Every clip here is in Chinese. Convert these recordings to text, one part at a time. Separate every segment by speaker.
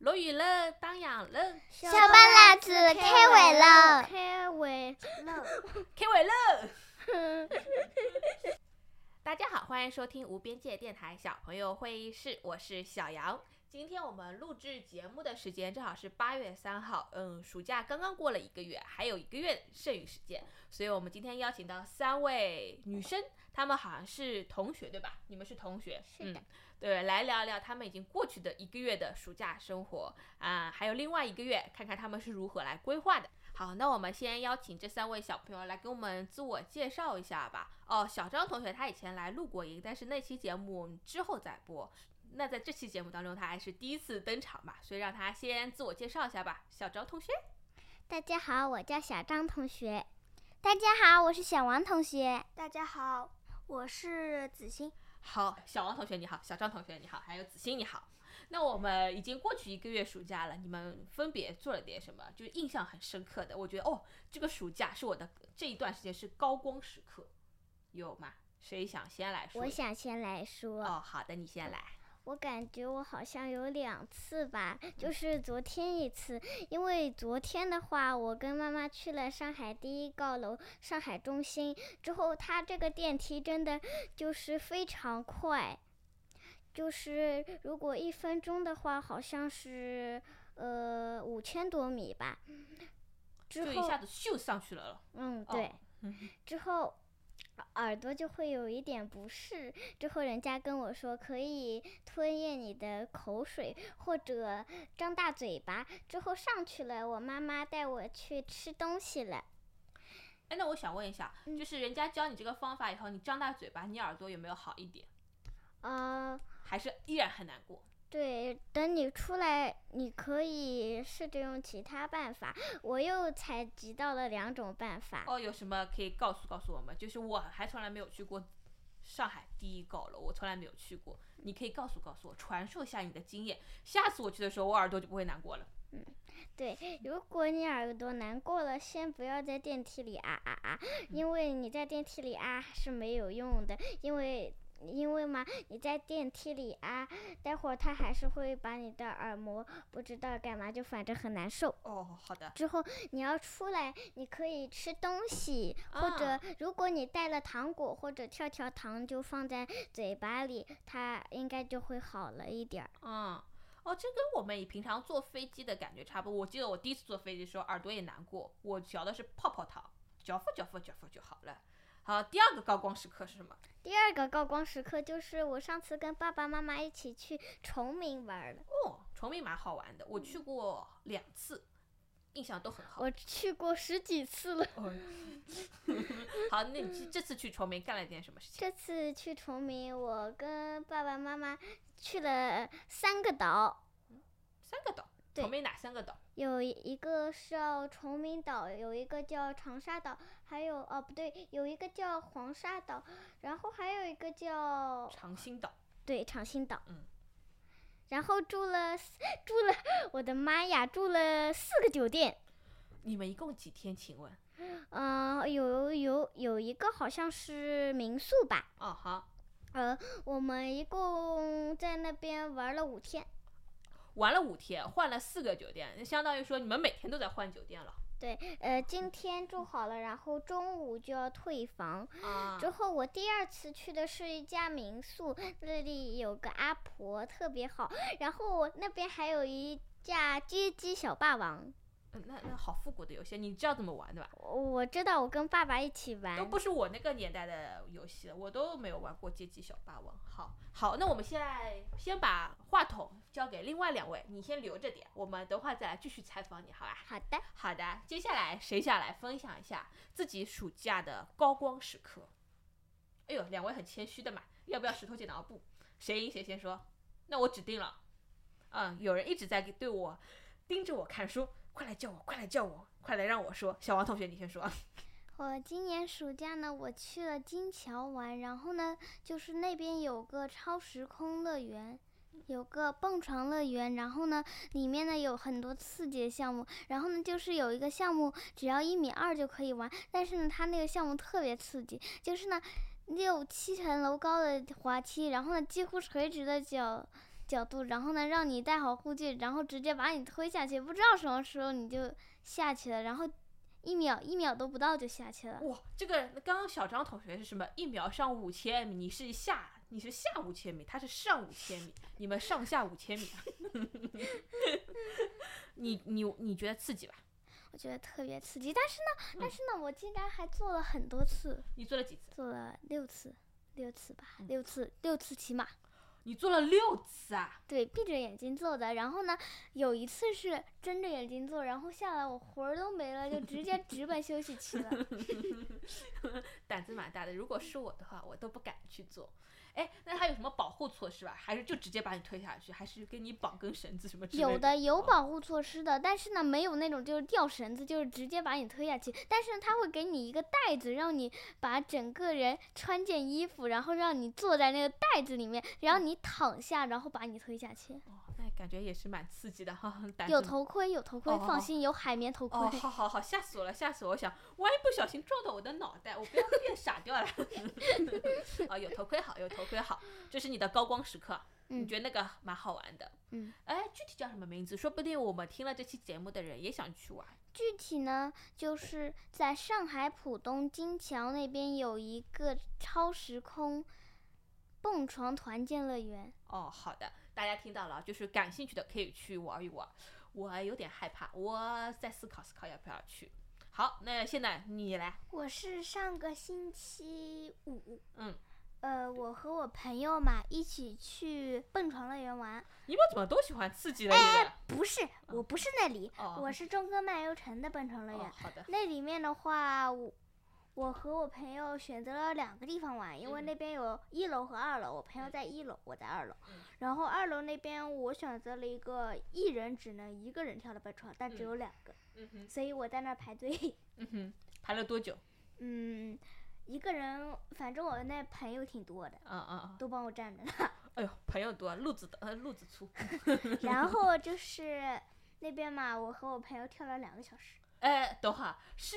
Speaker 1: 落雨了，当养了，
Speaker 2: 小
Speaker 3: 小巴拉子开尾了
Speaker 2: 开尾了。
Speaker 1: 开尾了。 大家好，欢迎收听无边界电台小朋友会议室，我是小杨。今天我们录制节目的时间正好是八月三号，嗯，暑假刚刚过了一个月，还有一个月剩余时间，所以我们今天邀请到三位女生，她们好像是同学对吧？你们是同学，
Speaker 2: 是的
Speaker 1: 嗯，对，来聊一聊她们已经过去的一个月的暑假生活啊、还有另外一个月，看看她们是如何来规划的。好，那我们先邀请这三位小朋友来给我们自我介绍一下吧。哦，小张同学他以前来录过音，但是那期节目之后再播。那在这期节目当中，他还是第一次登场吧，所以让他先自我介绍一下吧。小张同学，
Speaker 2: 大家好，我叫小张同学。
Speaker 3: 大家好，我是小王同学。
Speaker 2: 大家好，我是子欣。
Speaker 1: 好，小王同学你好，小张同学你好，还有子欣你好。那我们已经过去一个月暑假了，你们分别做了点什么？就是印象很深刻的，我觉得哦，这个暑假是我的这一段时间是高光时刻，有吗？谁想先来说？
Speaker 2: 我想先来说，
Speaker 1: 哦，好的，你先来。
Speaker 2: 我感觉我好像有两次吧，
Speaker 1: 嗯
Speaker 2: 就是昨天一次，因为昨天的话，我跟妈妈去了上海第一高楼上海中心，之后它这个电梯真的就是非常快，就是如果一分钟的话，好像是呃五千多米吧。之
Speaker 1: 嗯就一
Speaker 2: 后
Speaker 1: 下，子咻上去了了。
Speaker 2: 嗯，
Speaker 1: 哦
Speaker 2: 对，
Speaker 1: 嗯
Speaker 2: 之后耳朵就会有一点不适。之后人家跟我说可以吞咽你的口水或者张大嘴巴。之后上去了，我妈妈带我去吃东西了。
Speaker 1: 哎，那我想问一下，
Speaker 2: 嗯
Speaker 1: 就是人家教你这个方法以后，你张大嘴巴，你耳朵有没有好一点？
Speaker 2: 呃，
Speaker 1: 还是依然很难过？
Speaker 2: 对，等你出来，你可以试着用其他办法。我又采集到了两种办法。
Speaker 1: 哦，有什么可以告诉告诉我们？就是我还从来没有去过上海第一高楼，我从来没有去过，你可以告诉告诉我，传授一下你的经验，下次我去的时候，我耳朵就不会难过了。
Speaker 2: 对，如果你耳朵难过了，先不要在电梯里啊啊啊，因为你在电梯里啊是没有用的，因为因为嘛，你在电梯里啊，待会儿他还是会把你的耳膜不知道干嘛，就反正很难受。
Speaker 1: 哦，好的，
Speaker 2: 之后你要出来，你可以吃东西，或
Speaker 1: 啊
Speaker 2: 者如果你带了糖果或者跳跳糖，就放在嘴巴里，它应该就会好了一点儿。
Speaker 1: 嗯。哦，这跟我们平常坐飞机的感觉差不多。我记得我第一次坐飞机的时候，耳朵也难过，我嚼的是泡泡糖，嚼服嚼服嚼服就好了。好，第二个高光时刻是什么？
Speaker 2: 第二个高光时刻就是我上次跟爸爸妈妈一起去崇明玩儿了。
Speaker 1: 哦，崇明蛮好玩的，我去过两次，印象都很好。
Speaker 2: 我去过十几次了。
Speaker 1: 好，那你这这次去崇明干了点什么事情？
Speaker 2: 这次去崇明，我跟爸爸妈妈去了三个岛，
Speaker 1: 三个岛，
Speaker 2: 对
Speaker 1: 崇明哪三个岛？
Speaker 2: 有一个是叫崇明岛，有一个叫长沙岛，还有哦不对，有一个叫黄沙岛，然后还有一个叫
Speaker 1: 长兴岛。
Speaker 2: 对长兴岛。
Speaker 1: 嗯。
Speaker 2: 然后住了四住了，我的妈呀，住了四个酒店。
Speaker 1: 你们一共几天？请问？
Speaker 2: 嗯、有有有一个好像是民宿吧，
Speaker 1: 哦，好，
Speaker 2: 呃，我们一共在那边玩了五天，
Speaker 1: 玩了五天，换了四个酒店，那相当于说你们每天都在换酒店了
Speaker 2: 呃，今天住好了，然后中午就要退房。
Speaker 1: 啊
Speaker 2: 之后我第二次去的是一家民宿，那里有个阿婆特别好，然后我那边还有一架街机小霸王，
Speaker 1: 嗯那那好复古的游戏，你知道怎么玩的吧？
Speaker 2: 我我知道我跟爸爸一起
Speaker 1: 都
Speaker 2: 玩。
Speaker 1: 不是我那个年代的游戏了，我都没有玩过《街机小霸王》。好，好，那我们现在先把话筒交给另外两位，你先留着点，我们等会儿再来继续采访你，好吧？
Speaker 2: 好的，
Speaker 1: 好的，接下来谁想来分享一下自己暑假的高光时刻？哎呦，两位很谦虚的嘛，要不要石头剪刀布？谁赢谁先说？那我指定了。嗯，有人一直在给对我盯着我看，说：“快来叫我，快来叫我，快来让我说。”小王同学，你先说。
Speaker 3: 我今年暑假呢，我去了金桥玩，然后呢，就是那边有个超时空乐园，有个蹦床乐园，然后呢，里面呢有很多刺激的项目，然后呢，就是有一个项目只要一米二就可以玩，但是呢，它那个项目特别刺激，就是呢，六七层楼高的滑梯，然后呢，几乎垂直的脚
Speaker 2: 角度，然后呢让你戴好护具，然后直接把你推下去，不知道什么时候你就下去了，然后一秒一秒都不到就下去了。
Speaker 1: 哇，这个刚刚小张同学是什么？一秒上五千米，你是下你是下五千米，他是上五千米，你们上下五千米。啊 你你你觉得刺激吧？
Speaker 2: 我觉得特别刺激，但是呢，但是呢，我竟然还做了很多次，
Speaker 1: 你做了几次？
Speaker 2: 做了六次，六次吧，
Speaker 1: 嗯
Speaker 2: 六次六次骑马。
Speaker 1: 你做了六次啊！
Speaker 2: 对，闭着眼睛做的。然后呢，有一次是睁着眼睛做，然后下来我魂儿都没了，就直接直奔休息区了。
Speaker 1: 胆子蛮大的，如果是我的话，我都不敢去做。哎，那他有什么保护措施吧？还是就直接把你推下去？还是给你绑根绳子什么之类
Speaker 2: 有的有
Speaker 1: 哦
Speaker 2: 保护措施的，但是呢，没有那种就是吊绳子，就是直接把你推下去。但是呢，他会给你一个袋子，让你把整个人穿件衣服，然后让你坐在那个袋子里面，然后你躺下，然后把你推下去。
Speaker 1: 哦，那感觉也是蛮刺激的哈， 胆子
Speaker 2: 有
Speaker 1: 蛮
Speaker 2: 头盔，有头盔，
Speaker 1: 哦哦哦
Speaker 2: 放心，有海绵头盔。
Speaker 1: 哦，好好好，吓死我了，吓死我！我想，万一不小心撞到我的脑袋，我不要变傻掉了。 啊，有头盔好，有头盔好，这是你的高光时刻。你
Speaker 2: 嗯
Speaker 1: 觉得那个蛮好玩的？
Speaker 2: 嗯，
Speaker 1: 哎，具体叫什么名字？说不定我们听了这期节目的人也想去玩。
Speaker 2: 具体呢，就是在上海浦东金桥那边有一个超时空蹦床团建乐园。
Speaker 1: 哦，好的，大家听到了，啊就是感兴趣的可以去玩一玩。我有点害怕，我再思考思考要不要去。好，那现在你来，
Speaker 3: 我是上个星期五，
Speaker 1: 嗯，
Speaker 3: 呃，我和我朋友嘛一起去蹦床乐园玩，
Speaker 1: 你们怎么都喜欢刺激的？你们
Speaker 3: 不是，我不是那里，
Speaker 1: 哦
Speaker 3: 我是中科漫游城的蹦床乐园。
Speaker 1: 哦，好的，
Speaker 3: 那里面的话，我我和我朋友选择了两个地方玩，因为
Speaker 1: 嗯
Speaker 3: 那边有一楼和二楼，我朋友
Speaker 1: 嗯
Speaker 3: 在一楼，我在二楼
Speaker 1: 嗯。
Speaker 3: 然后二楼那边我选择了一个一人只能一个人跳的蹦床，但
Speaker 1: 嗯
Speaker 3: 只有两个，
Speaker 1: 嗯哼，
Speaker 3: 所以我在那儿排队。
Speaker 1: 嗯哼，排了多久？
Speaker 3: 嗯，一个人，反正我那朋友挺多的，
Speaker 1: 嗯嗯嗯。
Speaker 3: 都帮我占着呢。
Speaker 1: 哎呦，朋友多，路子的呃路子粗。
Speaker 3: 然后就是那边嘛，我和我朋友跳了两个小时，
Speaker 1: 哎，等会儿是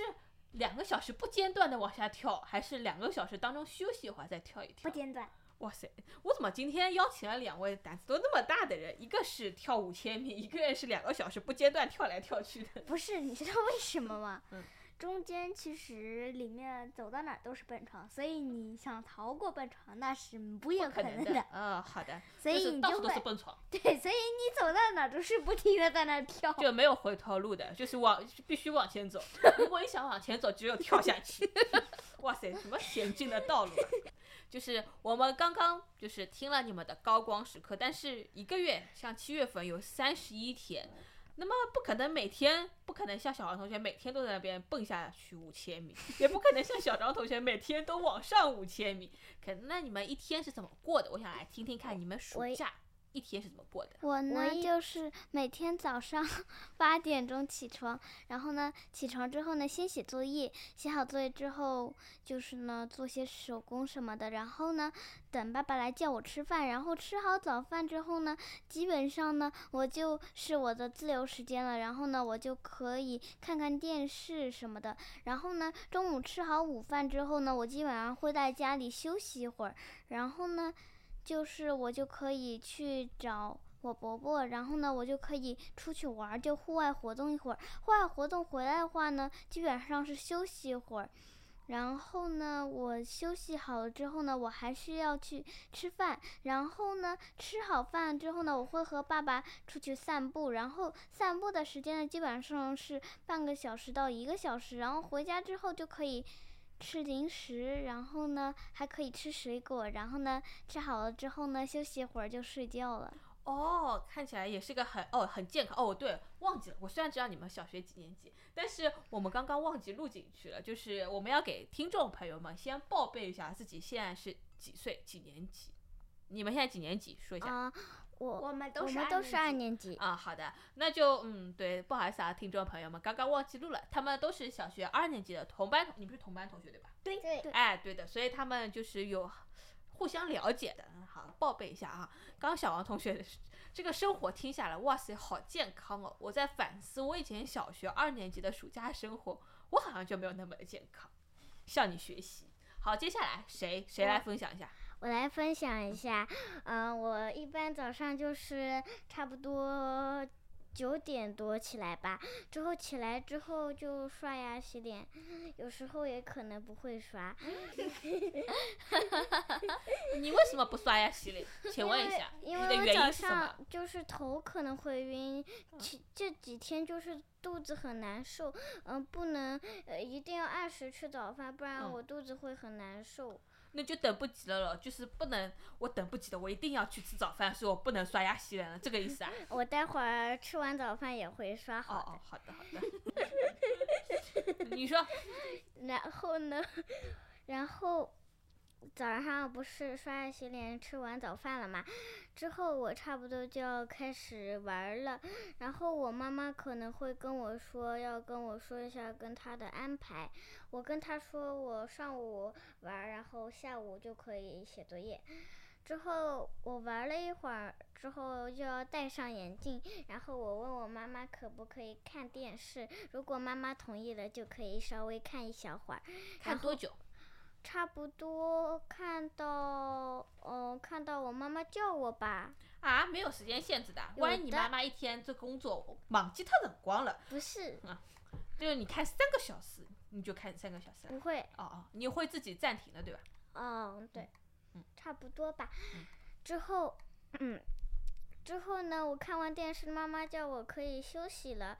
Speaker 1: 两个小时不间断的往下跳，还是两个小时当中休息一会儿再跳一
Speaker 3: 不
Speaker 1: 跳？
Speaker 3: 间断。
Speaker 1: 哇塞，我怎么今天邀请了两位胆子都那么大的人？一个是跳五千米，一个人是两个小时不间断跳来跳去 的。
Speaker 3: 不是，你知道为什么吗？
Speaker 1: 嗯
Speaker 3: 中间其实里面走到哪儿都是蹦床，所以你想逃过蹦床那是不
Speaker 1: 不
Speaker 3: 也
Speaker 1: 可
Speaker 3: 能
Speaker 1: 能的，嗯，好的，
Speaker 3: 所以
Speaker 1: 就是
Speaker 3: 你
Speaker 1: 到
Speaker 3: 就
Speaker 1: 处都是
Speaker 3: 会
Speaker 1: 蹦床，
Speaker 3: 对，所以你走到哪儿都是不停的在那儿跳。
Speaker 1: 就没有回头路的，就是往必须往前走。如果你想往前走，只有跳下去。 哇塞，什么险峻的道路、啊！ 就是我们刚刚就是听了你们的高光时刻，但是一个月像七月份有三十一天，那么不可能每天，不可能像小王同学每天都在那边蹦下去五千米，也不可能像小张同学每天都往上五千米。可那你们一天是怎么过的？我想来听听看你们暑
Speaker 3: 我也
Speaker 1: 假一天是怎么过的。
Speaker 2: 我呢，
Speaker 3: 一
Speaker 2: 就是每天早上 八点钟起床，然后呢，起床之后呢，先写作业，写好作业之后，就是呢，做些手工什么的，然后呢，等爸爸来叫我吃饭，然后吃好早饭之后呢，基本上呢，我就是我的自由时间了，然后呢，我就可以看看电视什么的，然后呢，中午吃好午饭之后呢，我基本上会在家里休息一会儿，然后呢，就是我就可以去找我伯伯，然后呢，我就可以出去玩儿，就户外活动一会儿。户外活动回来的话呢，基本上是休息一会儿。然后呢，我休息好了之后呢，我还是要去吃饭。然后呢，吃好饭之后呢，我会和爸爸出去散步。然后散步的时间呢，基本上是半个小时到一个小时。然后回家之后就可以吃零食，然后呢还可以吃水果。然后呢，吃好了之后呢，休息一会儿就睡觉了。
Speaker 1: 哦，看起来也是个很哦很健康哦。对，忘记了，我虽然知道你们小学几年级，但是我们刚刚忘记录进去了。就是我们要给听众朋友们先报备一下自己现在是几岁几年级。你们现在几年级？说一下。
Speaker 2: 啊、我
Speaker 3: 我们
Speaker 2: 我
Speaker 3: 都是
Speaker 2: 们都是二
Speaker 3: 年级
Speaker 2: 年级，
Speaker 1: 啊，好的，那就嗯，对，不好意思啊，听众朋友们，刚刚忘记录了，他们都是小学二年级的同班同，你们是同班同学对吧？
Speaker 3: 对
Speaker 2: 对
Speaker 1: 哎，对的，所以他们就是有互相了解的。嗯好，报备一下啊，刚刚小王同学的这个生活听下来，哇塞，好健康哦！我在反思我以前小学二年级的暑假生活，我好像就没有那么的健康，向你学习。好，接下来谁谁来分享一下？
Speaker 2: 我来分享一下，嗯、我一般早上就是差不多九点多起来吧，之后起来之后就刷牙洗脸，有时候也可能不会刷，
Speaker 1: 你为什么不刷牙洗脸？请问一下，
Speaker 2: 因
Speaker 1: 你
Speaker 2: 为
Speaker 1: 的
Speaker 2: 我
Speaker 1: 原
Speaker 2: 早
Speaker 1: 因是什么嗯
Speaker 2: 上？就是头可能会晕，其这几天就是肚子很难受，嗯、不能呃一定要按时吃早饭，不然
Speaker 1: 嗯
Speaker 2: 我肚子会很难受。
Speaker 1: 那就等不及了了，就是不能，我等不及的，我一定要去吃早饭，所以我不能刷牙洗脸了，这个意思啊？
Speaker 2: 我待会儿吃完早饭也会刷
Speaker 1: 哦
Speaker 2: 好的。
Speaker 1: 哦，好的好的。 你说，
Speaker 2: 然后呢， 然后早上不是刷牙洗脸吃完早饭了嘛，之后我差不多就要开始玩儿了。然后我妈妈可能会跟我说，要跟我说一下跟她的安排。我跟她说我上午玩儿，然后下午就可以写作业。之后我玩了一会儿，之后就要戴上眼镜，然后我问我妈妈可不可以看电视，如果妈妈同意了，就可以稍微看一小会儿，
Speaker 1: 看多久？
Speaker 2: 差不多看到，嗯、看到我妈妈叫我吧，
Speaker 1: 啊，没有时间限制的。万一你
Speaker 2: 的
Speaker 1: 妈妈一天这工作忙记特辰光了，
Speaker 2: 不是，
Speaker 1: 就是你看三个小时，你就看三个小时了。
Speaker 2: 不会，
Speaker 1: 哦哦，你会自己暂停的对吧？
Speaker 2: 嗯，对，
Speaker 1: 嗯
Speaker 2: 差不多吧
Speaker 1: 嗯。
Speaker 2: 之后，嗯，之后呢，我看完电视，妈妈叫我可以休息了，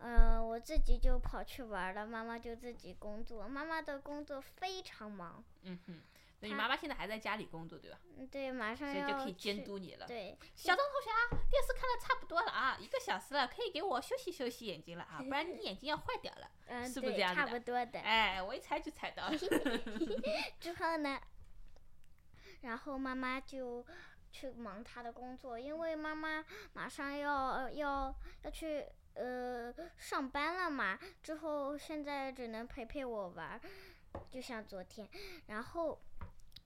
Speaker 2: 嗯、我自己就跑去玩儿了，妈妈就自己工作。妈妈的工作非常忙，
Speaker 1: 嗯哼，那你
Speaker 2: 她
Speaker 1: 妈妈现在还在家里工作对吧？
Speaker 2: 嗯，对，马上
Speaker 1: 所以
Speaker 2: 要
Speaker 1: 就可以监
Speaker 2: 去。
Speaker 1: 督你了。
Speaker 2: 对，
Speaker 1: 小张同学啊，电视看的差不多了啊，一个小时了，可以给我休息休息眼睛了啊，不然你眼睛要坏掉了。
Speaker 2: 嗯、
Speaker 1: 是不是
Speaker 2: 对，
Speaker 1: 这样子
Speaker 2: 差
Speaker 1: 的
Speaker 2: 不多的。
Speaker 1: 哎，我一猜就猜 到了。
Speaker 2: 之后呢，然后妈妈就去忙她的工作，因为妈妈马上要呃要要去呃上班了嘛，之后现在只能陪陪我玩儿，就像昨天，然后。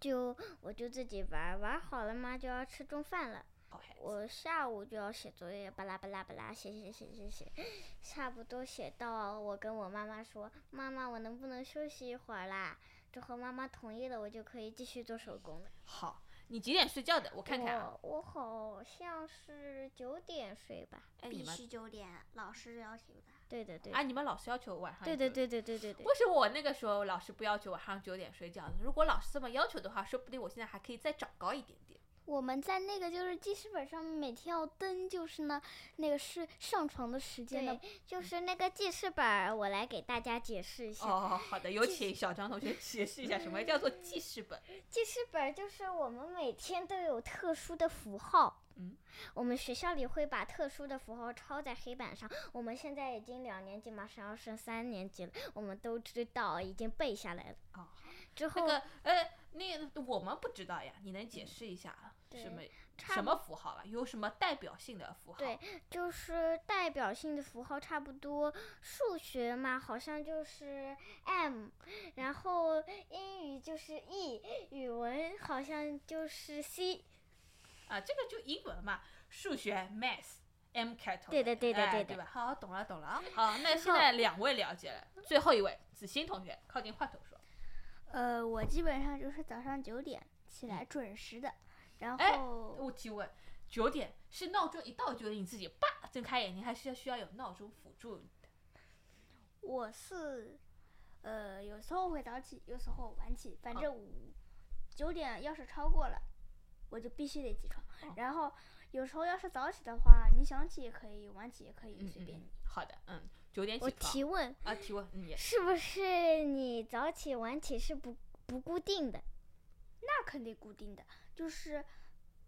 Speaker 2: 就我就自己玩儿，玩儿好了嘛就要吃中饭了。
Speaker 1: 好孩子，
Speaker 2: 我下午就要写作业，巴拉巴拉巴拉写写写写写，差不多写到我跟我妈妈说：“妈妈，我能不能休息一会儿啦？”之后妈妈同意了，我就可以继续做手工了。
Speaker 1: 好，你几点睡觉的？我看看啊。
Speaker 2: 我我好像是九点睡吧？
Speaker 1: 哎，你
Speaker 3: 必
Speaker 1: 们
Speaker 3: 须九点，老师要求的。
Speaker 2: 对的对的
Speaker 1: 啊，你们老师要求晚上
Speaker 2: 对
Speaker 1: 也
Speaker 2: 对
Speaker 1: 九点。
Speaker 2: 对对对对对。
Speaker 1: 为什么我那个时候老师不要求晚上九点睡觉呢？如果老师这么要求的话，说不定我现在还可以再长高一点点。
Speaker 3: 我们在那个就是记事本上面每天要登，就是呢那个是上床的时间呢
Speaker 2: 对，，就是那个记事本儿，我来给大家解释一下。
Speaker 1: 哦，好的，有请小张同学解释一下什么叫做记事本。
Speaker 2: 记事本儿就是我们每天都有特殊的符号。
Speaker 1: 嗯，
Speaker 2: 我们学校里会把特殊的符号抄在黑板上。我们现在已经两年级，马上要升三年级了，我们都知道，已经背下来了。
Speaker 1: 哦，
Speaker 2: 之
Speaker 1: 那
Speaker 2: 后、
Speaker 1: 个呃，那个我们不知道呀，你能解释一下啊
Speaker 2: 对
Speaker 1: 什么
Speaker 2: 差
Speaker 1: 什么符号吧？有什么代表性的符号？
Speaker 2: 对就是代表性的符号，差不多数学嘛，好像就是 M，然后英语就是 E，语文好像就是 C。
Speaker 1: 啊，这个就英文嘛，数学 math。M 开头
Speaker 2: 对的对的
Speaker 1: 哎
Speaker 2: 对
Speaker 1: 对
Speaker 2: 的
Speaker 1: 吧？好，懂了懂了啊。好， 那现在两位了解了，最后一位子欣同学，靠近话筒说。
Speaker 3: 呃，我基本上就是早上九点起来准时的，然
Speaker 1: 嗯哎
Speaker 3: 后
Speaker 1: 我提问，九点是闹钟一到九点，你自己叭睁开眼睛，还是要需要有闹钟辅助你的？
Speaker 3: 我是呃有时候会早起，有时候晚起，反
Speaker 1: 哦
Speaker 3: 正九点要是超过了，我就必须得起床
Speaker 1: 哦。
Speaker 3: 然后有时候要是早起的话，你想起也可以，晚起也可以，
Speaker 1: 嗯
Speaker 3: 随便
Speaker 1: 嗯
Speaker 3: 你。
Speaker 1: 嗯好的，嗯，九点
Speaker 2: 我
Speaker 1: 起床
Speaker 2: 提问，
Speaker 1: 啊，提问，嗯，也
Speaker 2: 是不是你早起晚起是不不固定的？
Speaker 3: 那肯定固定的，就是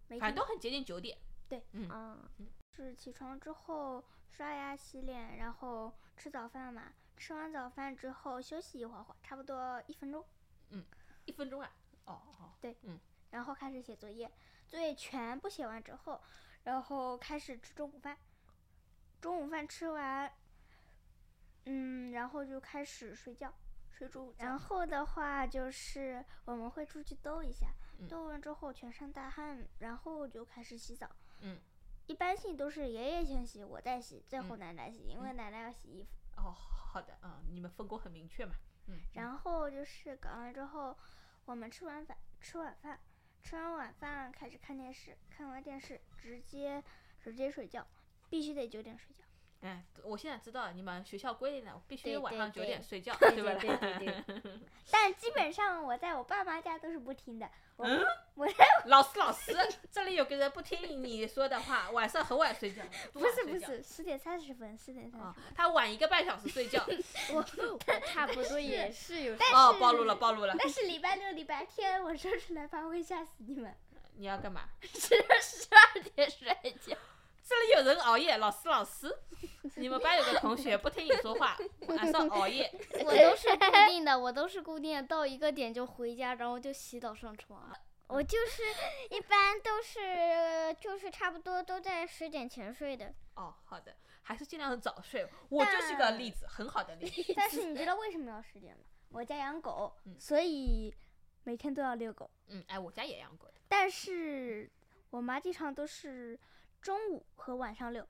Speaker 3: 每
Speaker 1: 反正
Speaker 3: 天
Speaker 1: 都很接近九点。
Speaker 2: 啊、
Speaker 3: 是起床之后刷牙洗脸，然后吃早饭嘛。吃完早饭之后休息一会儿，差不多一分钟，
Speaker 1: 一分钟啊！哦哦，
Speaker 3: 然后开始写作业。作业全部写完之后，然后开始吃中午饭。中午饭吃完，嗯，然后就开始睡觉，睡中午 觉。然后的话就是我们会出去兜一下，
Speaker 1: 嗯
Speaker 3: 兜完之后全身大汗，然后就开始洗澡。
Speaker 1: 嗯，
Speaker 3: 一般性都是爷爷先洗，我再洗，最后
Speaker 1: 嗯
Speaker 3: 奶奶洗，因为奶奶要洗衣服。
Speaker 1: 哦，好的，嗯，你们分工很明确嘛。嗯，嗯
Speaker 3: 然后就是搞完之后，我们吃完饭，吃晚饭，吃完晚饭开始看电视，看完电视直接直接睡觉，必须得九点睡觉。
Speaker 1: 哎，我现在知道你们学校规定的，必须
Speaker 2: 对
Speaker 1: 晚
Speaker 2: 对
Speaker 1: 上九
Speaker 2: 对
Speaker 1: 点睡觉，
Speaker 2: 对
Speaker 1: 吧？
Speaker 2: 对对对
Speaker 3: 但基本上我在我爸妈家都是不听的，我、
Speaker 1: 嗯
Speaker 3: 我
Speaker 1: 老师，老师，这里有个人不听你说的话，晚上很晚睡觉，不
Speaker 3: 不是不是十点三十分，四点三十
Speaker 1: 啊，他晚一个半小时睡 觉。
Speaker 2: 对，我 我差不多也是有时候。
Speaker 1: 哦，暴露了，暴露了！
Speaker 3: 但是礼拜六、礼拜天我说出来怕会吓死你们。
Speaker 1: 你要干嘛？
Speaker 2: 十二点睡 觉，
Speaker 1: 这里有人熬夜，老师，老师，你们班有个同学不听你说话，晚上熬夜，
Speaker 2: 我都是固定的，我都是固定的，到一个点就回家，然后就洗澡上床。
Speaker 3: 我就是
Speaker 2: 一般都是就是差不多都在十点前睡的。
Speaker 1: 哦，好的，还是尽量早睡。我就是个例子，很好的例子。
Speaker 3: 但是你知道为什么要十点吗？我家养狗，
Speaker 1: 嗯
Speaker 3: 所以每天都要遛狗。
Speaker 1: 嗯，哎，我家也养狗的。
Speaker 3: 但是我妈经常都是中午和晚上遛，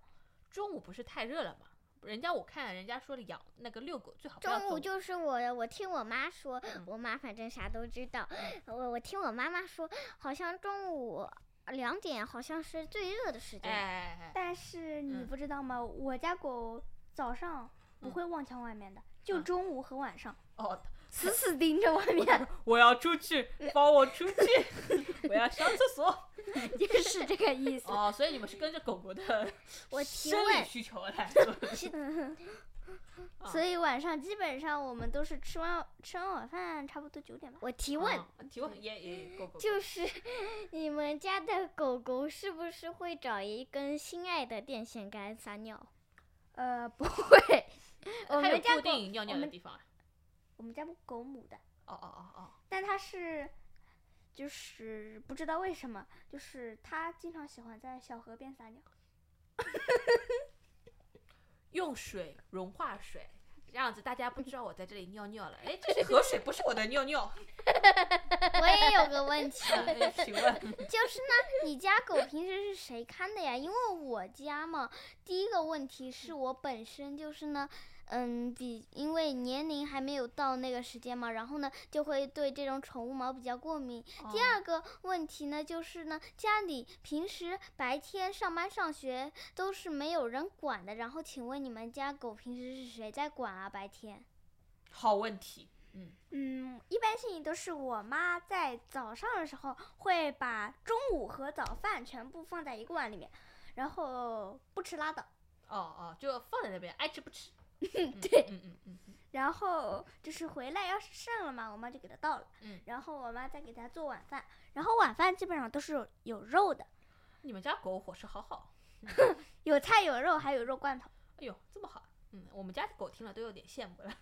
Speaker 1: 中午不是太热了吗？人家我看人家说的养那个遛狗最好不要
Speaker 2: 中午就是我，我听我妈说，
Speaker 1: 嗯
Speaker 2: 我妈反正啥都知道。我我听我妈妈说，好像中午两点好像是最热的时
Speaker 1: 哎
Speaker 2: 间。
Speaker 1: 哎哎哎，
Speaker 3: 但是你
Speaker 1: 嗯
Speaker 3: 不知道吗？我家狗早上不
Speaker 1: 嗯
Speaker 3: 会望向外面的，就
Speaker 1: 嗯
Speaker 3: 中午和晚上
Speaker 1: 哦，
Speaker 3: 死死盯着外 面，
Speaker 1: 我要出去，放我出去，我要上厕所。
Speaker 3: 就是这个意思。
Speaker 1: 哦，所以你们是跟着狗狗的
Speaker 2: 我提
Speaker 1: 生理
Speaker 2: 问
Speaker 1: 需求来做的。啊
Speaker 3: 所以晚上基本上我们都是吃完吃完晚饭，差不多九点吧。
Speaker 2: 我提问，
Speaker 1: 啊提问也也狗狗
Speaker 2: 就是你们家的狗狗是不是会找一根心爱的电线杆撒尿？
Speaker 3: 呃，不会，我
Speaker 1: 它有
Speaker 3: 们家
Speaker 1: 固
Speaker 3: 狗，
Speaker 1: 定尿尿的
Speaker 3: 我们
Speaker 1: 地方啊。
Speaker 3: 我们家狗母的，
Speaker 1: 哦哦哦哦，
Speaker 3: 但它是，就是不知道为什么，就是它经常喜欢在小河边撒尿。
Speaker 1: 用水融化水，这样子大家不知道我在这里尿尿了。哎， 这是河水，不是我的尿尿。
Speaker 2: 我也有 个问题，啊
Speaker 1: 哎请 问，
Speaker 2: 就是呢，你家狗平时是谁看的呀？因为我家嘛，第一个问题
Speaker 1: 嗯
Speaker 2: 是我本身就是呢，嗯，比因为年龄还没有到那个时间嘛，然后呢就会对这种宠物毛比较过敏。第
Speaker 1: 哦
Speaker 2: 二个问题呢，就是呢，家里平时白天上班上学都是没有人管的，然后请问你们家狗平时是谁在管啊？白天？
Speaker 1: 好问题。嗯，
Speaker 3: 嗯，一般性都是我妈在早上的时候会把中午和早饭全部放在一个碗里面，然后不吃拉倒。
Speaker 1: 哦哦，就放在那边，爱吃不 吃。
Speaker 3: 对
Speaker 1: 嗯嗯嗯嗯，
Speaker 3: 然后就是回来要是剩了嘛，我妈就给它倒了。
Speaker 1: 嗯
Speaker 3: 然后我妈再给它做晚饭，然后晚饭基本上都是有有肉的，
Speaker 1: 你们家狗伙食好好。
Speaker 3: 有菜有肉，还有肉罐头。
Speaker 1: 哎呦，这么好。嗯，我们家狗听了都有点羡 慕了，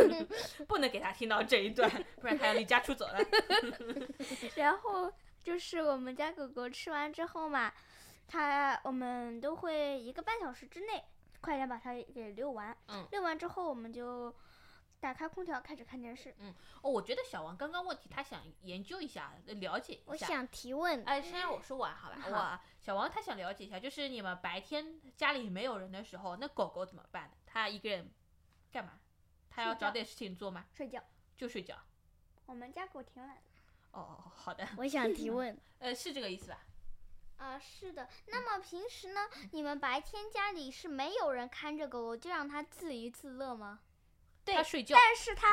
Speaker 1: 不能给它听到这一段，不然它要离家出走 了。
Speaker 3: 然后就是我们家狗狗吃完之后嘛，它我们都会一个半小时之内快点把它给遛完。
Speaker 1: 嗯
Speaker 3: 遛完之后我们就打开空调开始看电视。
Speaker 1: 哦，我觉得小王刚刚问题，他想研究一下，了解一
Speaker 2: 我
Speaker 1: 下。
Speaker 2: 想提问，
Speaker 1: 哎，先让我说完好吧。我啊小王他想了解一下，就是你们白天家里没有人的时候，那狗狗怎么办呢？它一个人干嘛？它要
Speaker 3: 睡觉
Speaker 1: 找点事情做吗？
Speaker 3: 睡觉。
Speaker 1: 就睡觉。
Speaker 3: 我们家狗挺懒的。
Speaker 1: 哦哦，哦好的，
Speaker 2: 我想提 问。
Speaker 1: 呃，是这个意思吧？
Speaker 2: 啊，是的。那么平时呢，你们白天家里是没有人看着狗狗，就让它自娱自乐吗？
Speaker 3: 对
Speaker 1: 它睡觉。
Speaker 3: 但是它，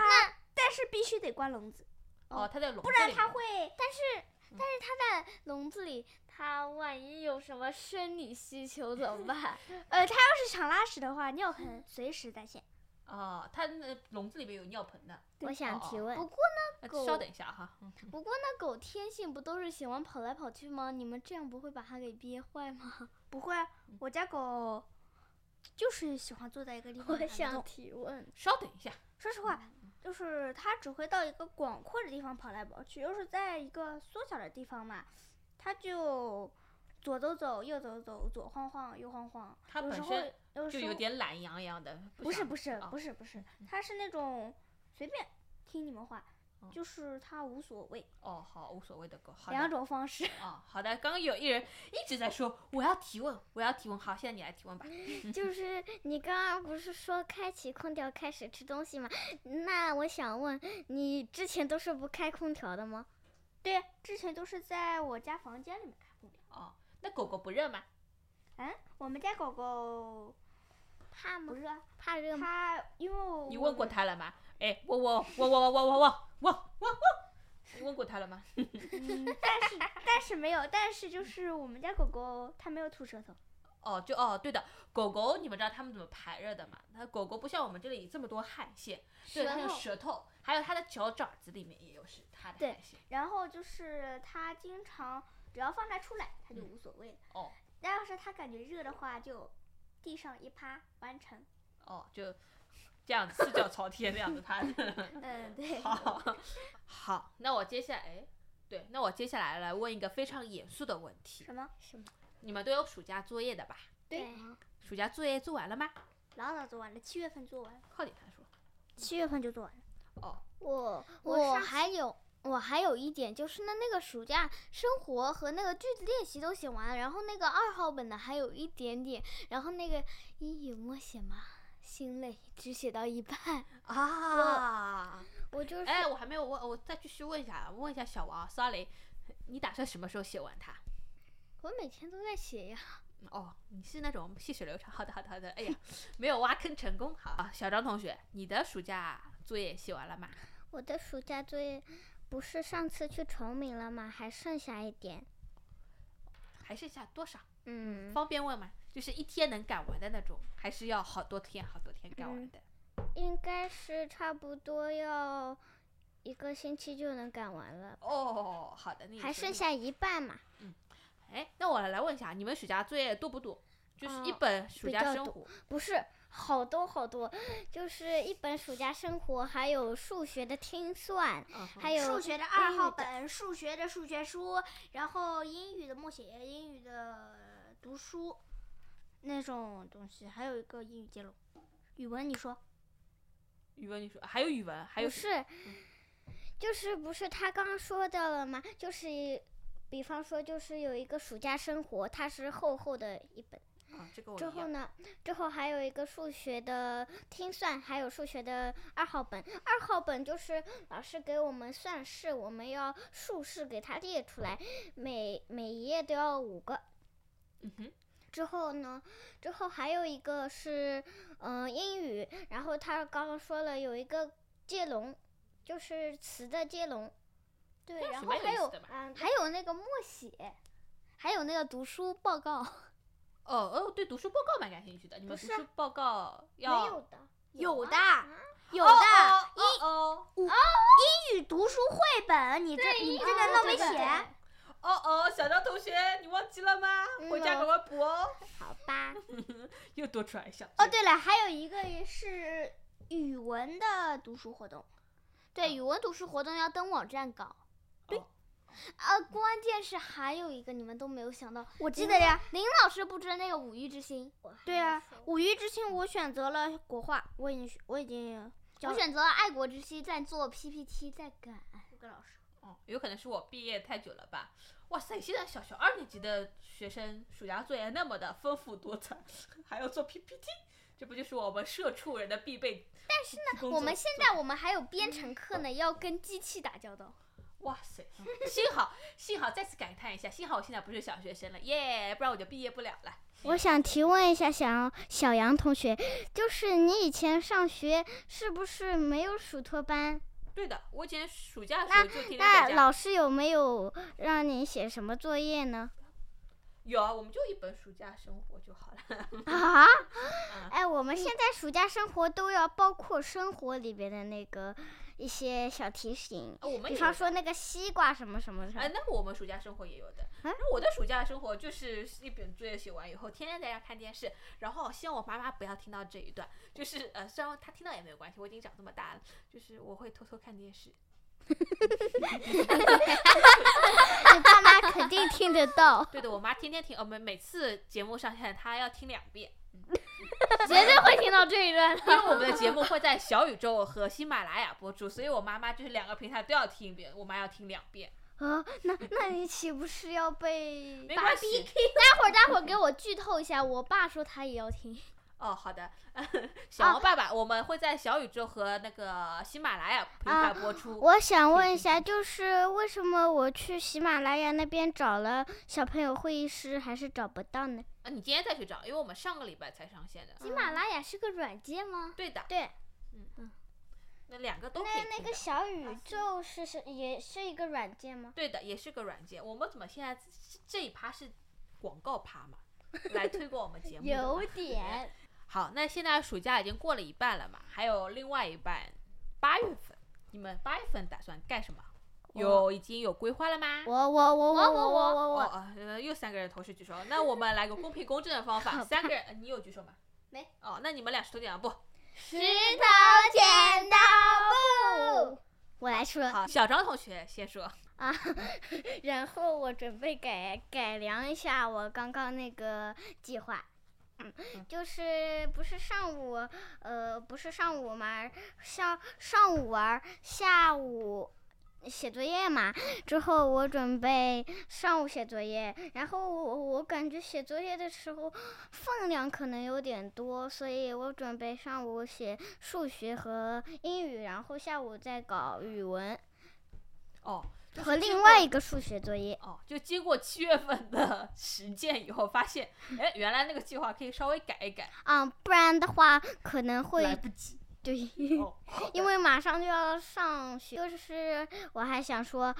Speaker 3: 但是必须得关笼子，
Speaker 1: 哦，它在笼子
Speaker 3: 不然
Speaker 1: 里
Speaker 3: 它
Speaker 1: 面
Speaker 3: 会。嗯
Speaker 2: 但是，但是它在笼子里，它万一有什么生理需求怎么办？
Speaker 3: 呃，它要是想拉屎的话，尿盆随时在线。
Speaker 1: 哦，它那笼子里面有尿盆的。
Speaker 2: 我想
Speaker 1: 哦
Speaker 2: 提
Speaker 1: 哦
Speaker 2: 问，
Speaker 3: 不
Speaker 1: 呃
Speaker 2: 狗
Speaker 1: 稍等一下哈。嗯
Speaker 2: 不过那狗天性不都是喜欢跑来跑去吗？你们这样不会把它给憋坏吗？
Speaker 3: 不会啊，我家狗就是喜欢坐在一个地方。
Speaker 2: 我想提问，
Speaker 1: 稍等一下。
Speaker 3: 说实话，
Speaker 1: 嗯
Speaker 3: 就是它只会到一个广阔的地方跑来跑去，要是在一个缩小的地方嘛，它就左走走，右走走，左晃晃，右晃晃。
Speaker 1: 它
Speaker 3: 有
Speaker 1: 本
Speaker 3: 时候
Speaker 1: 身
Speaker 3: 有
Speaker 1: 就
Speaker 3: 时候
Speaker 1: 有点懒洋洋的。
Speaker 3: 不是
Speaker 1: 想
Speaker 3: 不是
Speaker 1: 哦
Speaker 3: 不是不是，它是那种随便听你们话
Speaker 1: 哦，
Speaker 3: 就是它无所谓，
Speaker 1: 哦，好，无所谓的狗。好的
Speaker 3: 两种方式。
Speaker 1: 哦，好的。刚刚有一人一直在说我要提问，我要提问。好，现在你来提问吧。
Speaker 3: 嗯
Speaker 2: 就是你刚刚不是说开启空调开始吃东西吗？那我想问，你之前都是不开空调的吗？
Speaker 1: 对，
Speaker 3: 之前都是在我家房间里面看公鸟。
Speaker 1: 哦，那狗狗不热吗？
Speaker 3: 嗯，我们家狗狗
Speaker 2: 怕吗？
Speaker 3: 不热，
Speaker 2: 怕热吗？
Speaker 3: 它因为我
Speaker 1: 嗯你问过它了吗？哎，喔喔喔喔喔喔喔喔喔喔，你 问过它了吗？
Speaker 3: 嗯，但是但是没有，但是就是我们家狗狗它没有吐舌头。
Speaker 1: 哦，就哦，对的，狗狗你们知道它们怎么排热的吗？它狗狗不像我们这里这么多汗腺，对，它有
Speaker 3: 舌头
Speaker 1: 舌头，还有它的脚爪子里面也有是它的
Speaker 3: 对
Speaker 1: 汗腺。
Speaker 3: 然后就是它经常只要放它出来，它就
Speaker 1: 嗯
Speaker 3: 无所谓了。
Speaker 1: 哦
Speaker 3: 但要是它感觉热的话，就地上一趴，完成。
Speaker 1: 哦，就这样四脚朝天那样子趴 着。
Speaker 3: 嗯，对。
Speaker 1: 好， 好，那我接下来，哎，对，那我接下来来问一个非常严肃的问题，
Speaker 3: 什么？
Speaker 2: 什么？
Speaker 1: 你们都有暑假作业的吧？
Speaker 3: 对，
Speaker 1: 暑假作业做完了吗？
Speaker 3: 老早做完了，七月份做完了，
Speaker 1: 快点，他说。
Speaker 3: 七月份就做完了。
Speaker 1: 哦，
Speaker 2: 我
Speaker 3: 我
Speaker 2: 我
Speaker 3: 上次
Speaker 2: 还有我还有一点就是那那个暑假生活和那个句子练习都写完了，然后那个二号本的还有一点点，然后那个英语默写嘛，心累，只写到一半。
Speaker 1: 啊，
Speaker 2: 我就是
Speaker 1: 哎，我还没有问，我再继续问一下，问一下小王，sorry，你打算什么时候写完它？
Speaker 2: 我每天都在写呀。
Speaker 1: 哦，你是那种细水流长。好的，好的，好的。哎呀，没有挖坑成功。好，啊小张同学，你的暑假作业写完了吗？
Speaker 2: 我的暑假作业不是上次去崇明了吗？还剩下一点。
Speaker 1: 还剩下多少？
Speaker 2: 嗯，
Speaker 1: 方便问吗？就是一天能赶完的那种，还是要好多天、好多天赶完
Speaker 2: 嗯
Speaker 1: 的？
Speaker 2: 应该是差不多要一个星期就能赶完了，
Speaker 1: 哦，好的，那也
Speaker 2: 还
Speaker 1: 是
Speaker 2: 剩。下一半嘛。
Speaker 1: 哎，那我来问一下，你们暑假作业多不多？就是一
Speaker 2: 嗯
Speaker 1: 本暑
Speaker 2: 比
Speaker 1: 假
Speaker 2: 较
Speaker 1: 生
Speaker 2: 多
Speaker 1: 活。
Speaker 2: 不是，好多好多，就是一本暑假生活，还有数学的听算，
Speaker 1: 嗯
Speaker 2: 还有
Speaker 3: 数学的
Speaker 2: 英
Speaker 3: 二
Speaker 2: 语
Speaker 3: 号
Speaker 2: 的
Speaker 3: 本，数学的数学书，然后英语的默写，英语的读书，那种东西，还有一个英语接龙。语文你说
Speaker 1: 语文，你说还有语文，还有
Speaker 2: 不是，就是不是他刚刚说到了吗？就是一，比方说就是有一个暑假生活，它是厚厚的一本，
Speaker 1: 啊，这个我
Speaker 2: 之
Speaker 1: 一
Speaker 2: 后
Speaker 1: 样
Speaker 2: 呢，之后还有一个数学的听算，还有数学的二号本。二号本就是老师给我们算式，我们要竖式给它列出来，每每一页都要五个。
Speaker 1: 嗯哼，
Speaker 2: 之后呢，之后还有一个是，嗯、英语。然后他刚刚说了有一个接龙，就是词的接龙。对
Speaker 1: 那
Speaker 2: 然
Speaker 1: 是
Speaker 2: 后
Speaker 1: 蛮有
Speaker 2: 还
Speaker 1: 意思
Speaker 2: 有
Speaker 1: 的嘛
Speaker 2: 嗯，还有那个默写，还有那个读书报告，
Speaker 1: 哦哦，对，读书报告蛮感兴趣的。你们
Speaker 3: 不
Speaker 1: 读
Speaker 3: 是啊
Speaker 1: 书报告
Speaker 2: 没
Speaker 1: 要
Speaker 2: 有的，
Speaker 3: 有
Speaker 2: 吗
Speaker 3: 的
Speaker 1: 有
Speaker 3: 有
Speaker 1: 啊
Speaker 3: 的
Speaker 1: 哦哦
Speaker 3: 英语读书绘本，你这你这个
Speaker 2: 哦
Speaker 3: 都
Speaker 2: 对
Speaker 3: 没
Speaker 2: 对对
Speaker 3: 写。
Speaker 1: 哦哦，小张同学，你忘记了吗？
Speaker 2: 嗯
Speaker 1: 回家给我补哦。
Speaker 2: 好吧？
Speaker 1: 又多出来一项。
Speaker 3: 哦，对了，还有一个也是语文的读书活动，对，
Speaker 1: 嗯
Speaker 3: 语文读书活动要登网站搞。
Speaker 1: 对
Speaker 3: 呃，关键是还有一个你们都没有想到，我
Speaker 2: 嗯记得呀，
Speaker 3: 林老师布置的那个五育之星。对啊，五育之星我选择了国画，我已经学我已经
Speaker 2: 我
Speaker 3: 我选择了爱国之心，在做 PPT，在赶。跟老师，
Speaker 1: 哦，有可能是我毕业太久了吧？哇塞，现在小学二年级的学生暑假作业那么的丰富多彩，还要做 PPT，这不就是我们社畜人的必备？但是呢
Speaker 2: 我们现在我们还有编程课呢，要跟机器打交道。
Speaker 1: 哇塞，幸好幸好再次感叹一下，幸好我现在不是小学生了，耶，不然我就毕业不了了。
Speaker 2: 我想提问一下小杨小杨同学，就是你以前上学是不是没有暑托班？
Speaker 1: 对的，我以前暑假的时候就天天
Speaker 2: 那
Speaker 1: 在家。
Speaker 2: 老师有没有让你写什么作业 呢？
Speaker 1: 有啊，我们就一本暑假生活就好了。
Speaker 2: 啊？哎，我们现在暑假生活都要包括生活里边的那个一些小提醒，
Speaker 1: 啊我们
Speaker 2: 比
Speaker 1: 也
Speaker 2: 方
Speaker 1: 有
Speaker 2: 说那个西瓜什么什么什
Speaker 1: 哎，
Speaker 2: 么。
Speaker 1: 那我们暑假生活也有的。
Speaker 2: 啊
Speaker 1: 那我的暑假生活就是一本作业写完以后，天天在家看电视。然后希望我妈妈不要听到这一段，就是呃，虽然她听到也没有关系，我已经长这么大了，就是我会偷偷看电视。
Speaker 2: 你爸妈肯定听得到，
Speaker 1: 对的，我妈天天听，呃，每每次节目上线她要听两遍，
Speaker 2: 绝对会听到这一段的。
Speaker 1: 因为我们的节目会在小宇宙和喜马拉雅播出，所以我妈妈就是两个平台都要听一遍，我妈要听两遍。
Speaker 2: 啊，那那你岂不是要被
Speaker 1: 没关系，
Speaker 2: 待会儿待会儿给我剧透一下，我爸说他也要听。
Speaker 1: 哦，好的，
Speaker 2: 啊
Speaker 1: 小王爸爸，我们会在小宇宙和那个喜马拉雅平台播出。
Speaker 2: 啊我想问一
Speaker 1: 谢谢
Speaker 2: 下，就是为什么我去喜马拉雅那边找了小朋友会议室，还是找不到呢？
Speaker 1: 啊，你今天再去找，因为我们上个礼拜才上线的。
Speaker 3: 喜马拉雅是个软件吗？
Speaker 1: 对的，
Speaker 2: 嗯
Speaker 1: 嗯
Speaker 2: 对，嗯
Speaker 1: 那两个都可以
Speaker 2: 那
Speaker 1: 听
Speaker 2: 那
Speaker 1: 的
Speaker 2: 个小宇宙是是也是一个软件吗？
Speaker 1: 对的，也是个软件。我们怎么现在这这一趴是广告趴嘛？来推广我们节目的嘛。
Speaker 2: 点，
Speaker 1: 好，那现在暑假已经过了一半了嘛，还有另外一半，八月份，你们八月份打算干什么？有已经有规划了吗？
Speaker 2: 我我我我我我我
Speaker 1: 哦
Speaker 2: 我，
Speaker 1: 哦呃又三个人同时举手，那我们来个公平公正的方法，三个人，呃你有举手吗？
Speaker 3: 没。
Speaker 1: 哦，那你们俩石头剪刀布。
Speaker 2: 石头剪刀 布， 我来说。
Speaker 1: 好，小张同学先说。
Speaker 2: 啊，然后我准备改改良一下我刚刚那个计划。嗯，就是不是上午，呃，不是上午嘛，上上午玩儿，下午写作业嘛。之后我准备上午写作业，然后我我感觉写作业的时候分量可能有点多，所以我准备上午写数学和英语，然后下午再搞语文。
Speaker 1: 哦，就是
Speaker 2: 和
Speaker 1: 经
Speaker 2: 另
Speaker 1: 过
Speaker 2: 外一个数学作业。
Speaker 1: 哦，就经过七月份的实践以后，发现，哎，原来那个计划可以稍微改一改，
Speaker 2: 啊、不然的话可能
Speaker 1: 来
Speaker 2: 会
Speaker 1: 不及。
Speaker 2: 对，
Speaker 1: 哦，好
Speaker 2: 因
Speaker 1: 的
Speaker 2: 为马上就要上学。就是我还想说，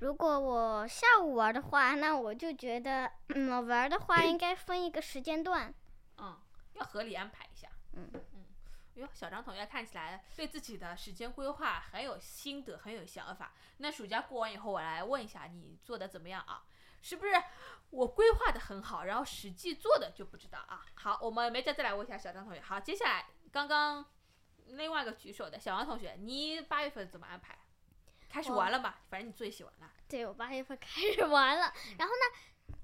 Speaker 2: 如果我下午玩的话，那我就觉得，嗯，玩的话应该分一个时间段。
Speaker 1: 嗯，要合理安排一下。
Speaker 2: 嗯
Speaker 1: 嗯，哟，小张同学看起来对自己的时间规划很有心得，很有想法。那暑假过完以后，我来问一下你做的怎么样啊？是不是我规划的很好，然后实际做的就不知道啊？好，我们没再再来问一下小张同学。好，接下来刚刚另外一个举手的小王同学，你八月份怎么安排？开始
Speaker 3: 我
Speaker 1: 玩了嘛，反正你最喜欢了。
Speaker 3: 对，我八月份开始玩了，然后呢，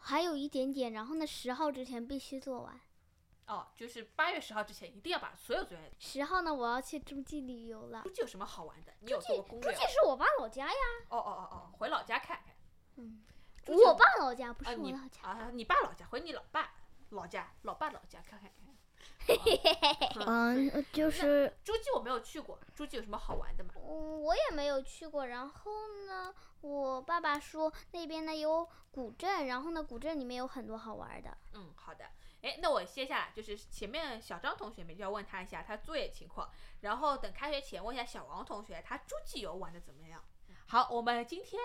Speaker 3: 还有一点点，然后呢，十号之前必须做完。
Speaker 1: 哦，就是八月十号之前一定要把所有作业。
Speaker 3: 十号呢，我要去诸暨旅游了
Speaker 1: 出，去有什么好玩的？你有做过攻
Speaker 3: 这
Speaker 1: 略吗？
Speaker 3: 是我爸老家呀，
Speaker 1: 哦哦哦哦，回老家看看。
Speaker 3: 嗯，
Speaker 1: 出去
Speaker 3: 我爸老家不
Speaker 1: 啊，
Speaker 3: 是我
Speaker 1: 你
Speaker 3: 老家，
Speaker 1: 啊，你爸老家，回你老爸老家，老爸老家看 啊看。
Speaker 2: 嗯，就是
Speaker 1: 诸暨我没有去过，诸暨有什么好玩的吗？
Speaker 3: 嗯，我也没有去过。然后呢，我爸爸说那边呢有古镇，然后呢古镇里面有很多好玩的。
Speaker 1: 嗯，好的。哎，那我接下来就是前面小张同学们就要问他一下他作业情况，然后等开学前问一下小王同学他诸暨游玩的怎么样。好，我们今天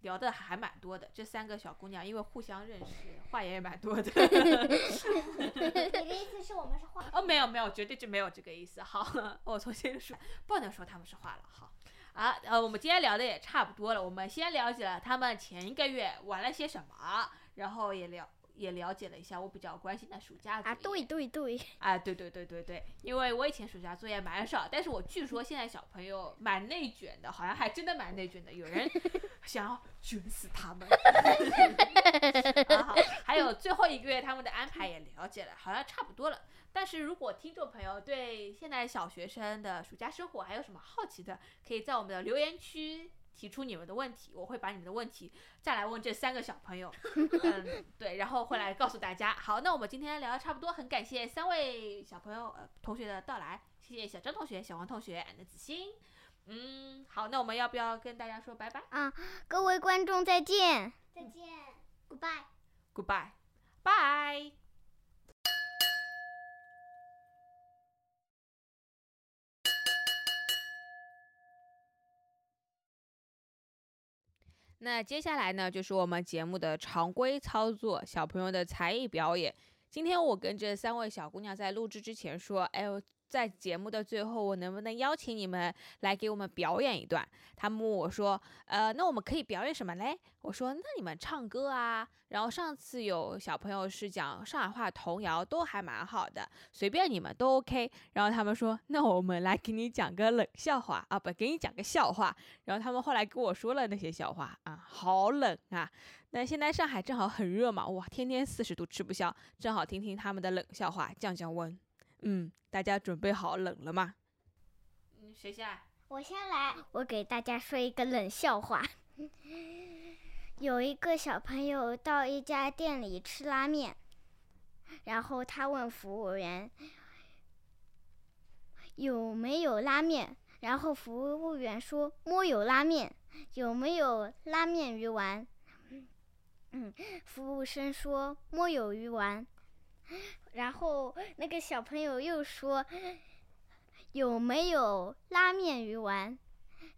Speaker 1: 聊的还蛮多的，这三个小姑娘因为互相认识，话也蛮多的。
Speaker 3: 你的意思是我们是花
Speaker 1: 哦，没有没有，绝对就没有这个意思。好，我重新说，不能说他们是话了。好，啊，呃，我们今天聊的也差不多了，我们先了解了他们前一个月玩了些什么，然后也了也了解了一下我比较关心的暑假作
Speaker 2: 啊，
Speaker 1: 业
Speaker 2: 对对对，
Speaker 1: 啊，对对对对对，因为我以前暑假作业蛮少，但是我据说现在小朋友蛮内卷的，好像还真的蛮内卷的，有人想要卷死他们。啊好还有最后一个月他们的安排也了解了，好像差不多了。但是如果听众朋友对现在小学生的暑假生活还有什么好奇的，可以在我们的留言区提出你们的问题，我会把你们的问题再来问这三个小朋友。嗯，对，然后会来告诉大家。好，那我们今天聊的差不多，很感谢三位小朋友呃同学的到来，谢谢小张同学、小王同学、俺的子欣。嗯，好，那我们要不要跟大家说拜拜
Speaker 2: 各位观众再见。
Speaker 3: 再见，Goodbye。
Speaker 2: 嗯
Speaker 1: ？Goodbye，拜。那接下来呢，就是我们节目的常规操作，小朋友的才艺表演。今天我跟这三位小姑娘在录制之前说，哎我在节目的最后，我能不能邀请你们来给我们表演一段？她们问我说，呃，那我们可以表演什么嘞？我说，那你们唱歌啊。然后上次有小朋友是讲上海话童谣，都还蛮好的，随便你们都 OK。然后他们说，那我们来给你讲个冷笑话啊，不，给你讲个笑话。然后他们后来跟我说了那些笑话啊，好冷啊！那现在上海正好很热嘛，哇，天天四十度吃不消，正好听听他们的冷笑话降降温。嗯，大家准备好冷了吗？嗯，谁先来？
Speaker 2: 我先来，我给大家说一个冷笑话。 有一个小朋友到一家店里吃拉面，然后他问服务员有没有拉面，然后服务员说没有拉面，有没有拉面鱼丸？嗯，服务生说没有鱼丸，然后那个小朋友又说有没有拉面鱼丸？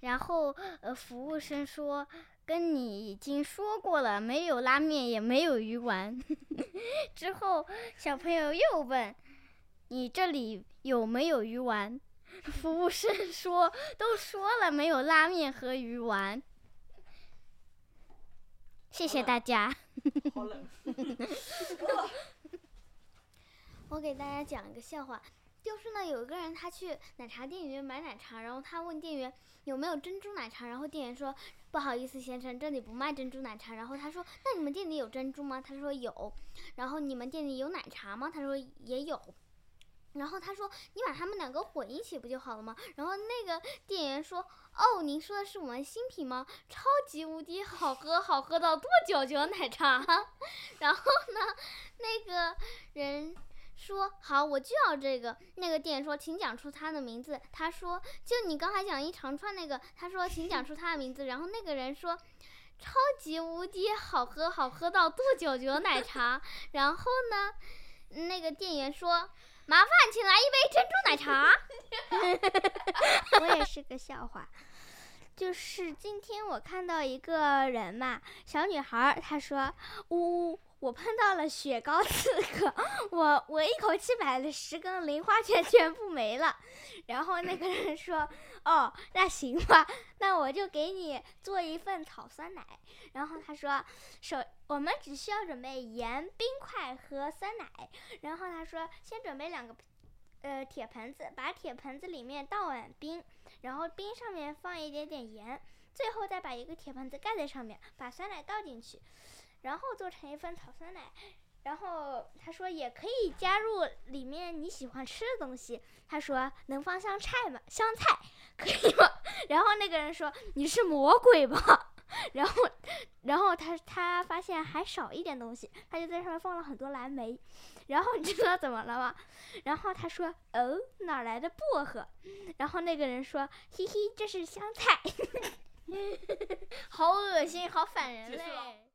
Speaker 2: 然后呃，服务生说跟你已经说过了，没有拉面也没有鱼丸。 之后小朋友又问你这里有没有鱼丸？ 服务生说都说了没有拉面和鱼丸。谢谢大家。
Speaker 1: 好冷。
Speaker 3: 我给大家讲一个笑话，就是呢，有一个人他去奶茶店里面买奶茶，然后他问店员有没有珍珠奶茶，然后店员说不好意思先生，这里不卖珍珠奶茶。然后他说那你们店里有珍珠吗？他说有。然后你们店里有奶茶吗？他说也有。然后他说：“你把它们两个混一起不就好了吗？”然后那个店员说：“哦，您说的是我们新品吗？超级无敌好喝，好喝到跺脚脚奶茶。” 然后呢，那个人说好，我就要这个。那个店员说，请讲出他的名字。他说，就你刚才讲一长串那个，他说，请讲出他的名字。然后那个人说，超级无敌好喝，好喝到跺脚脚奶茶。然后呢，那个店员说，麻烦请来一杯珍珠奶茶。
Speaker 4: 我也是个笑话。就是今天我看到一个人嘛，小女孩儿，她说：“呜、我碰到了雪糕刺客，我 我一口气买了十根零花钱，全部没了。”然后那个人说：“哦，那行吧，那我就给你做一份草酸奶。”然后他说：“首我们只需要准备盐、冰块和酸奶。”然后他说：“先准备两个。”呃，铁盆子，把铁盆子里面倒满冰，然后冰上面放一点点盐，最后再把一个铁盆子盖在上面，把酸奶倒进去，然后做成一份草酸奶。然后他说也可以加入里面你喜欢吃的东西。他说能放香菜吗？香菜可以吗？ 然后那个人说你是魔鬼吧？ 然后，然后他他发现还少一点东西，他就在上面放了很多蓝莓。然后你知道怎么了吗？然后他说：“哦，哪来的薄荷？”然后那个人说：“嘿嘿，这是香菜。”好恶心，好反人
Speaker 1: 结束了
Speaker 2: 啊
Speaker 4: 类。